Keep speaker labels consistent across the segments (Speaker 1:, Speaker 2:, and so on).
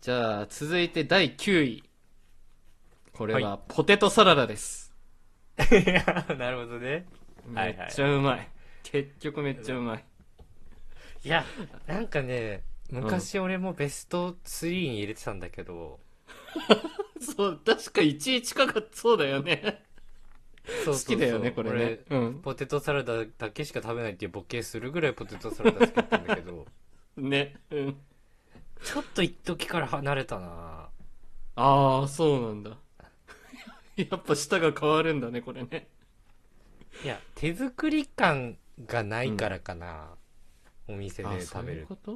Speaker 1: じゃあ、続いて第9位。これは、ポテトサラダです。
Speaker 2: なるほどね。は
Speaker 1: め
Speaker 2: いはい
Speaker 1: っちゃうまい。結局めっちゃうまい。
Speaker 2: いや、なんかね、昔俺もベスト3に入れてたんだけど、
Speaker 1: そう、確か1位近かったそうだよね。
Speaker 2: 好
Speaker 1: 好きだよね、これね。うん。
Speaker 2: ポテトサラダだけしか食べないっていうボケするぐらいポテトサラダ好きだったんだ けど
Speaker 1: ね。うん。
Speaker 2: ちょっと一時から離れたな
Speaker 1: ああ、そうなんだ。 やっぱ舌が変わるんだね、これね。
Speaker 2: いや手作り感がないからかな、お店
Speaker 1: あ
Speaker 2: で
Speaker 1: そう
Speaker 2: 食べ
Speaker 1: いう
Speaker 2: る
Speaker 1: こと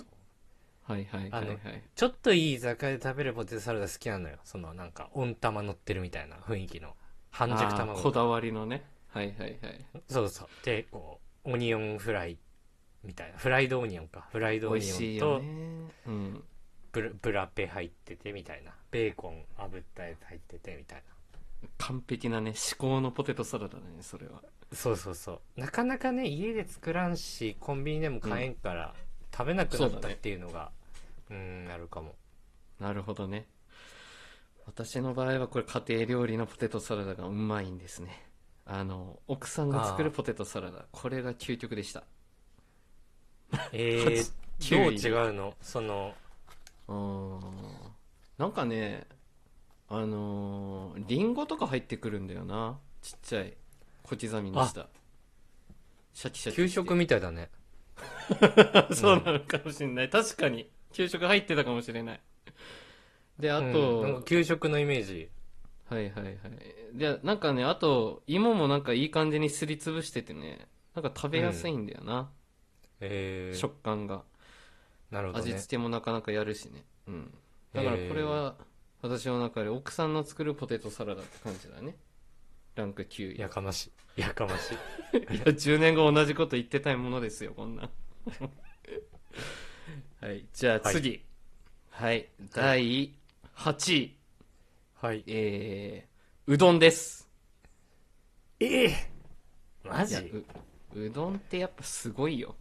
Speaker 1: はいはい
Speaker 2: あ
Speaker 1: はい
Speaker 2: の
Speaker 1: はい。
Speaker 2: ちょっといい居酒屋で食べるポテトサラダ好きなのよそのなんか温玉乗ってるみたいな雰囲気の半熟
Speaker 1: あ
Speaker 2: 卵
Speaker 1: ーこだわりのね。はいはいはい。
Speaker 2: そうそうでこうオニオンフライみたいなフライドオニオンかフライドオ
Speaker 1: 美
Speaker 2: ニ
Speaker 1: 味
Speaker 2: オ
Speaker 1: しい
Speaker 2: ン
Speaker 1: よ
Speaker 2: と
Speaker 1: ね。うん。
Speaker 2: ブラブラペ入っててみたいなベーコン炙ったやつ入っててみたいな
Speaker 1: 完璧なね、至高のポテトサラダだね、それは。
Speaker 2: そうそうそうなかなかね家で作らんしコンビニでも買えんから、食べなくなったっていうのがう,、んあ るかも
Speaker 1: なるほどね。私の場合はこれ家庭料理のポテトサラダがうまいんですね。あの、奥さんが作るポテトサラダ、これが究極でした。初
Speaker 2: えー、どう
Speaker 1: キウイ
Speaker 2: 違うのその
Speaker 1: うーんなんかね、あのー、リンゴとか入ってくるんだよな。ちっちゃい。小刻みにした。シャキシャキして。
Speaker 2: 給食みたいだね
Speaker 1: そうなのかもしれない。確かに。給食入ってたかもしれない。で、あ
Speaker 2: うんなんか
Speaker 1: と、
Speaker 2: 給食のイメージ
Speaker 1: はいはいはい。で、なんかね、あと、芋もなんかいい感じにすりつぶしててね、なんか食べやすいんだよな。
Speaker 2: えー、
Speaker 1: 食感が。
Speaker 2: なるほど
Speaker 1: 味
Speaker 2: ね
Speaker 1: 付けもなかなかやるしね。うん。だからこれは、私の中で奥さんの作るポテトサラダって感じだね。ランク9位。い
Speaker 2: や
Speaker 1: や、
Speaker 2: かましいやか ましい
Speaker 1: 10年後同じこと言ってたいものですよ、こん なん。はい、じゃあ次。はい、第8位。
Speaker 2: はい
Speaker 1: えー、うどんです。
Speaker 2: ええマ
Speaker 1: いやう、うどんってやっぱすごいよ。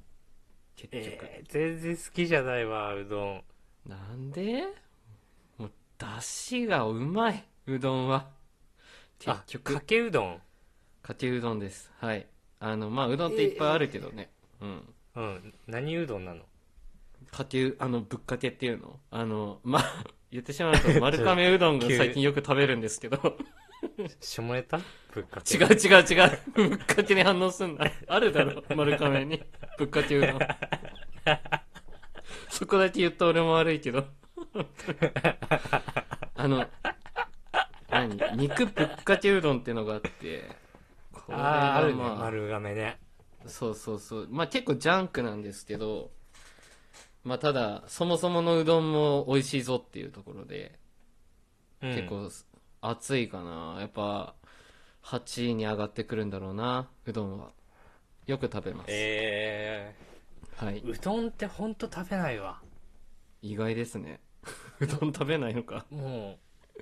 Speaker 1: 結局。
Speaker 2: えー、全然好きじゃないわうどん
Speaker 1: なんでもう、だしがうまい、うどんは。結
Speaker 2: あ
Speaker 1: 局、
Speaker 2: かけうどん
Speaker 1: かけうどんです。はい。あの、まあ、うどんっていっぱいあるけどね。うん。
Speaker 2: うん何うどんなの
Speaker 1: かけう、あの、ぶっかけっていうのあの、まあ、言ってしまう と、丸亀うどんが最近よく食べるんですけど、
Speaker 2: 下ネタぶっかけ
Speaker 1: 違う違う違う。ぶっかけに反応すんな。あるだろ、丸亀に。ぶっかけうどん。そこだけ言った俺も悪いけど。あの、何肉ぶっかけうどんってのがあって、これ
Speaker 2: ああーあるね
Speaker 1: まあ
Speaker 2: 丸亀ね
Speaker 1: そうそうそう。まあ結構ジャンクなんですけど、まあただ、そもそものうどんも美味しいぞっていうところで、
Speaker 2: 結
Speaker 1: 結構熱いかなやっぱ8位に上がってくるんだろうなうどんはよく食べます、
Speaker 2: え
Speaker 1: はい
Speaker 2: ー、うどんってほんと食べないわ
Speaker 1: 意外ですね うどん食べないのか
Speaker 2: もう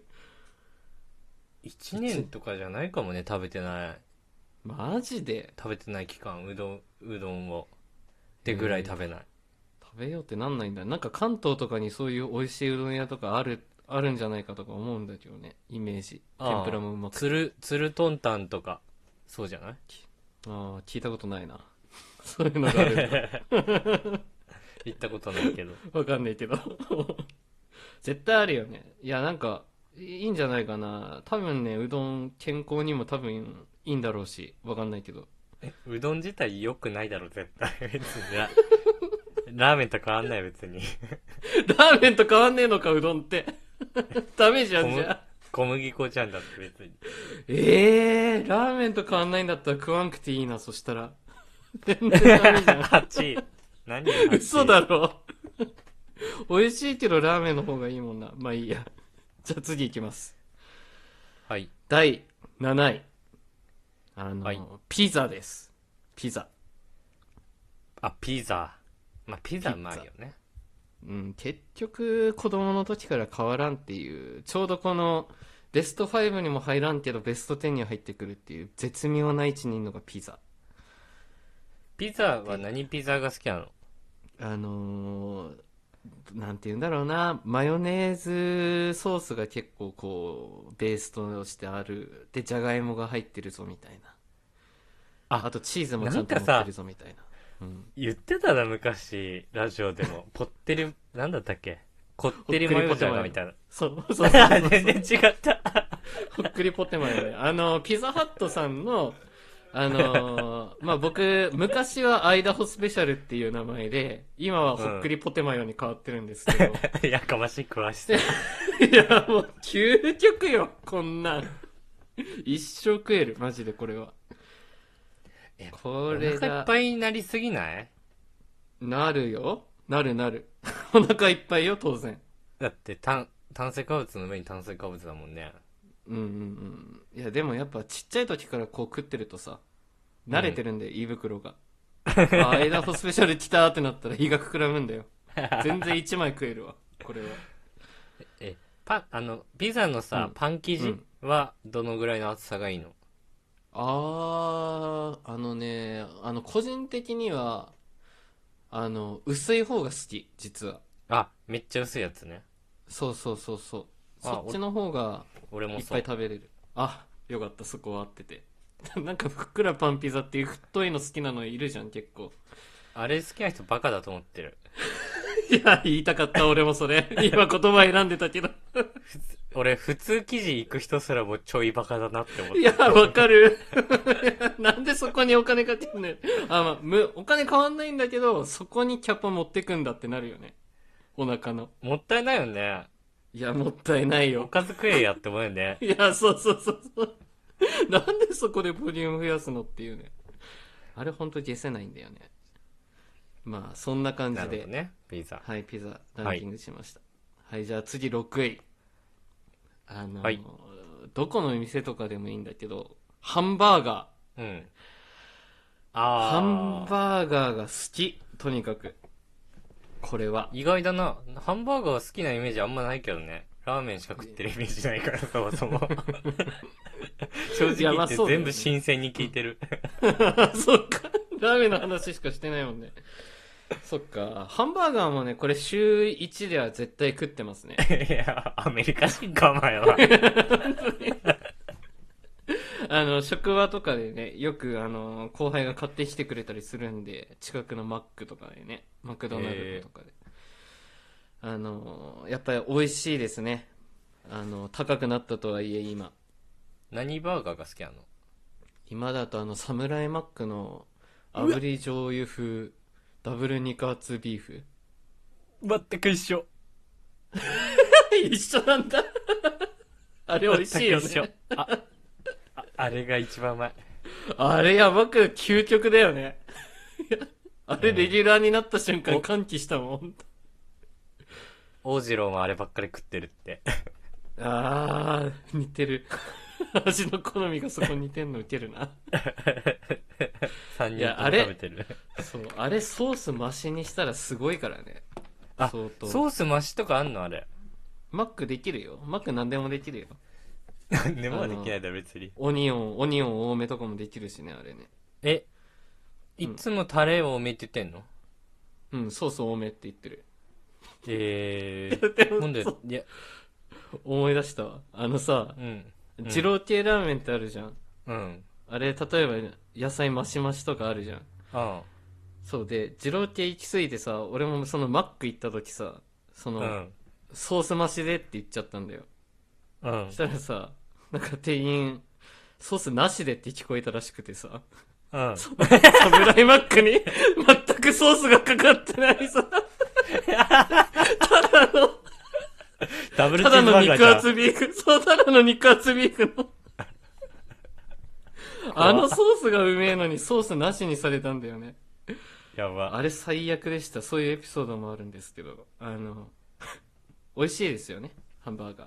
Speaker 2: 1年とかじゃないかもね食べてない
Speaker 1: マジで
Speaker 2: 食べてない期間うどんうどんをってぐらい食べない、
Speaker 1: 食べようってなんないんだなんか関東とかにそういう美味しいうどん屋とかあるあるんじゃないかとか思うんだけどねイメージ
Speaker 2: あー
Speaker 1: 天ぷらもうまく
Speaker 2: つるつるとんたんとかそうじゃ ない
Speaker 1: ああ聞いたことないな そういうのがあるんだ
Speaker 2: 行ったことないけど
Speaker 1: わかんないけど絶対あるよねいやなんかいいんじゃないかな多分ねうどん健康にも多分いいんだろうしわかんないけど
Speaker 2: うどん自体良くないだろ絶対別にララーメンと変わんない別に
Speaker 1: ラーメンと変わんねえのかうどんって ダメじゃんじゃあ
Speaker 2: 小麦粉ちゃんだって別に
Speaker 1: ええー、ラーメンと変わんないんだったら食わんくていいなそしたら 全然ダメじゃん
Speaker 2: 8位何が8位
Speaker 1: 嘘だろ 美味しいけどラーメンの方がいいもんなまあいいやじゃあ次いきます
Speaker 2: はい
Speaker 1: 第7位あの、
Speaker 2: はい
Speaker 1: ピザですピザ
Speaker 2: あ、ピザ。まあ、ピザ
Speaker 1: ピ
Speaker 2: は
Speaker 1: ザ
Speaker 2: まあいいよね。
Speaker 1: うん、結局子供の時から変わらんっていうちょうどこのベスト5にも入らんけどベスト10には入ってくるっていう絶妙な位置にいるのがピザ
Speaker 2: ピザは何ピザが好きなの
Speaker 1: あのーなんて言うんだろうな、マヨネーズソースが結構こう、ベースとしてある。で、じゃがいもが入ってるぞみたいな。あ、
Speaker 2: あ
Speaker 1: あとチーズもちゃんと
Speaker 2: なん
Speaker 1: 乗
Speaker 2: かさ
Speaker 1: ってるぞみたいな。うん。
Speaker 2: 言ってたな昔ラジオで もぽってりなんだったっけこってり
Speaker 1: ほっ
Speaker 2: マ
Speaker 1: くり
Speaker 2: ヨ
Speaker 1: ポ
Speaker 2: ジ
Speaker 1: テ
Speaker 2: ャ
Speaker 1: マ
Speaker 2: ガ
Speaker 1: ヨ
Speaker 2: みたいな
Speaker 1: そう、そうそうそうそう
Speaker 2: 全然違った
Speaker 1: ほっくりポテマヨね。あの、ピザハットさんの、あのーまあ、僕、昔はアイダホスペシャルっていう名前で、今はほっくりポテマヨに変わってるんですけど。
Speaker 2: やかましい詳しさ
Speaker 1: いや、もう、究極よ、こんなん。一生食える、マジでこれは
Speaker 2: え。お
Speaker 1: こ
Speaker 2: 腹
Speaker 1: れ
Speaker 2: いっ
Speaker 1: が、
Speaker 2: ぱいになりすぎない
Speaker 1: なるよ。なるなる。お腹いっぱいよ、当然。
Speaker 2: だって炭炭水化物の上に炭水化物だもんね
Speaker 1: うんうんうん。いや、でもやっぱちっちゃい時からこう食ってるとさ、慣れてるんだよ、胃袋が。あ、アイダホスペシャル来たってなったら胃が膨らむんだよ。全然一枚食えるわ、これは。
Speaker 2: えパンあのピザのさ、
Speaker 1: うん
Speaker 2: パン生
Speaker 1: う
Speaker 2: 地
Speaker 1: ん
Speaker 2: はどのぐらいの厚さがいいの
Speaker 1: あー、あのね、あの、個人的には、あの、薄い方が好き、実は。
Speaker 2: あめっちゃ薄いやつね
Speaker 1: そうそうそうそう。
Speaker 2: あ
Speaker 1: そっちの方が
Speaker 2: 俺
Speaker 1: い
Speaker 2: も
Speaker 1: っ
Speaker 2: そ
Speaker 1: ぱ
Speaker 2: う
Speaker 1: い食べれる。あ、よかった、そこは合ってて。 なんか、ふっくらパンピザっていう太いの好きなのいるじゃん、結構。
Speaker 2: あれ好きな人バカだと思ってる
Speaker 1: いや、言いたかった、俺もそれ。 今言葉選んでたけど。
Speaker 2: 俺普通生地行く人すらもうちょいバカだなって思っ
Speaker 1: い
Speaker 2: て
Speaker 1: や、わかる。 なんでそこにお金かけんねん。あ、まあ、む、お金変わんないんだけど、そこにキャパ持ってくんだってなるよね。お腹の。
Speaker 2: もったいないよね
Speaker 1: いや、もったいない
Speaker 2: お
Speaker 1: よ。
Speaker 2: かず食えやって思うよね
Speaker 1: いや、そうそうそうそう。 なんでそこでボリューム増やすのっていうね。あれほんと消せないんだよね。まあ、そんな感じ
Speaker 2: なるほ
Speaker 1: で、
Speaker 2: どねピザ
Speaker 1: はい、ピザランキングしました。はい、じゃあ次6位。あのー
Speaker 2: はい
Speaker 1: どこの店とかでもいいんだけど、ハンバーガ
Speaker 2: うん
Speaker 1: ー。ハン
Speaker 2: ああ
Speaker 1: バーガーが好き。とにかく。これ は。
Speaker 2: 意外だなハンバーガー好きなイメージあんまないけどねラーメンしか食ってるイメージないからそも そも正直
Speaker 1: いやま
Speaker 2: 言
Speaker 1: あ
Speaker 2: って
Speaker 1: そうだよ
Speaker 2: 全
Speaker 1: ね
Speaker 2: 部新鮮に聞いてる
Speaker 1: そっか。ラーメンの話しかしてないもんね。そっか。ハンバーガーもね、これ週1では絶対食ってますね。
Speaker 2: いやアメリカ人かお前は
Speaker 1: あの、職場とかでね、よくあの、後輩が買ってきてくれたりするんで、近くのマックとかでね、マクドナルドとかで。あの、やっぱり美味しいですね。あの、高くなったとはいえ今。
Speaker 2: 何バーガーが好きなの
Speaker 1: 今だとあの、サムライマックの炙り醤油風ダブル肉厚ビーフ。
Speaker 2: 全く一緒
Speaker 1: 一緒なんだ。 あれ美味しいよね。
Speaker 2: あああれが一番うまい
Speaker 1: あれやばく究極だよ ね。いやあれ
Speaker 2: うん
Speaker 1: レギュラーになった瞬間
Speaker 2: お
Speaker 1: 歓喜したもん。
Speaker 2: 大次郎もあればっかり食ってる って
Speaker 1: あー、似てる。味の好みがそこ似てんのウケるな。
Speaker 2: 3人
Speaker 1: いやあ
Speaker 2: と
Speaker 1: れ
Speaker 2: も食べてる
Speaker 1: そう、あれソース増しにしたらすごいからね。
Speaker 2: あ
Speaker 1: 相当。
Speaker 2: ソース増しとかあんのあれ
Speaker 1: マックできるよ。マック何でもできるよ。
Speaker 2: 何でもはできないだろ別に
Speaker 1: オニオン、オニオン多めとかもできるしね、あれね。
Speaker 2: えいつもタレ多めって言ってんの、
Speaker 1: うん、ソース多めって言ってる。
Speaker 2: え
Speaker 1: で
Speaker 2: ー、
Speaker 1: も
Speaker 2: ほんでいや
Speaker 1: 思い出したわ。あのさ
Speaker 2: う、んうん
Speaker 1: 二郎系ラーメンってあるじゃん。
Speaker 2: うん
Speaker 1: あれ、例えば野菜増し増しとかあるじゃん。
Speaker 2: あ
Speaker 1: そうで、二郎系行き過ぎてさ、俺もそのマック行った時さ、そ
Speaker 2: うん
Speaker 1: の、
Speaker 2: うん
Speaker 1: ソース増しでって言っちゃったんだよ。
Speaker 2: うん
Speaker 1: そしたらさ、なんか店員、ソースなしでって聞こえたらしくてさ、
Speaker 2: うん
Speaker 1: サムライマックに全くソースがかかってないさ、
Speaker 2: ダブル
Speaker 1: た
Speaker 2: チ
Speaker 1: だ
Speaker 2: ーズバ
Speaker 1: の
Speaker 2: ーガー
Speaker 1: 肉
Speaker 2: じゃん
Speaker 1: 厚ビーフ、そう、ただの肉厚ビーフの。あのソースがうめえのにソースなしにされたんだよね。
Speaker 2: やば
Speaker 1: あれ最悪でした。そういうエピソードもあるんですけど、あの、美味しいですよね、ハンバーガ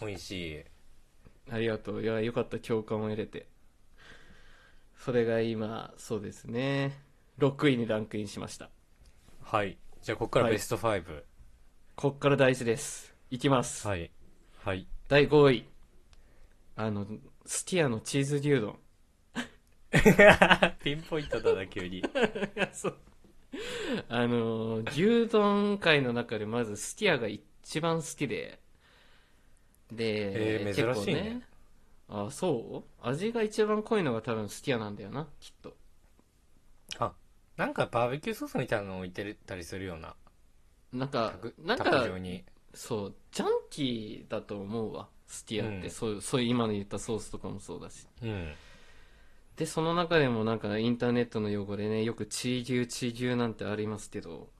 Speaker 1: ー。
Speaker 2: 美味しい
Speaker 1: ありがとう。いや、よかった。共感を得れて。それが今、そうですね。6位にランクインしました。
Speaker 2: はいじゃあここからベスト5はい
Speaker 1: こっから大事です。いきます。
Speaker 2: はい、はい、
Speaker 1: 第5位。あの、スティアのチーズ牛丼。
Speaker 2: ピンポイントだな急に
Speaker 1: いや、そう。あの牛丼界の中でまずすき家が一番好きでで、
Speaker 2: えー珍しいね
Speaker 1: あそう味が一番濃いのが多分すき家なんだよなきっと
Speaker 2: なんかバーベキューソースみたいなの置いてたりするような
Speaker 1: なんか
Speaker 2: 卓
Speaker 1: なん
Speaker 2: 卓
Speaker 1: か
Speaker 2: 上に
Speaker 1: そうジャンキーだと思うわすき家って、
Speaker 2: うん
Speaker 1: そうそういう今の言ったソースとかもそうだし
Speaker 2: うん
Speaker 1: でその中でもなんかインターネットの用語でねよくチー牛チー牛なんてありますけど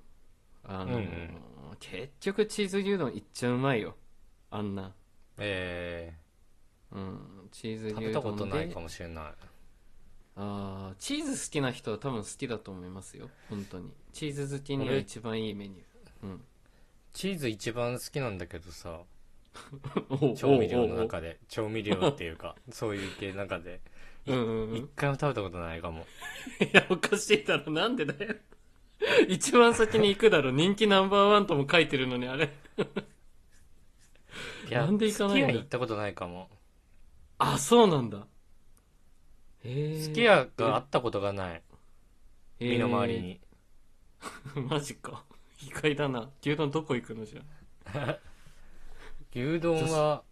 Speaker 1: あの、
Speaker 2: うんうん
Speaker 1: 結局チーズ牛丼いっちゃうまいよあんな
Speaker 2: え
Speaker 1: うんチーズ
Speaker 2: ー、
Speaker 1: 牛丼
Speaker 2: 食
Speaker 1: で
Speaker 2: べたことないかもしれない
Speaker 1: あーチーズ好きな人は多分好きだと思いますよ本当にチーズ好きには
Speaker 2: 俺
Speaker 1: 一番いいメニューうん
Speaker 2: チーズ一番好きなんだけどさ
Speaker 1: おう
Speaker 2: 調味料の
Speaker 1: おう
Speaker 2: 中で調味料っていう かそういう系の中で
Speaker 1: おううんうんうん
Speaker 2: 一回も食べたことないかも
Speaker 1: いやおかしいだろなんでだよ一番先に行くだろ人気ナンバーワンとも書いてるのにあれ
Speaker 2: いや
Speaker 1: なんで行かないんだ
Speaker 2: すき家行ったことないかも
Speaker 1: あそうなんだへえ
Speaker 2: すき家があったことがない身の回りに、
Speaker 1: マジか。意外だな。牛丼どこ行くのじゃ
Speaker 2: 牛丼は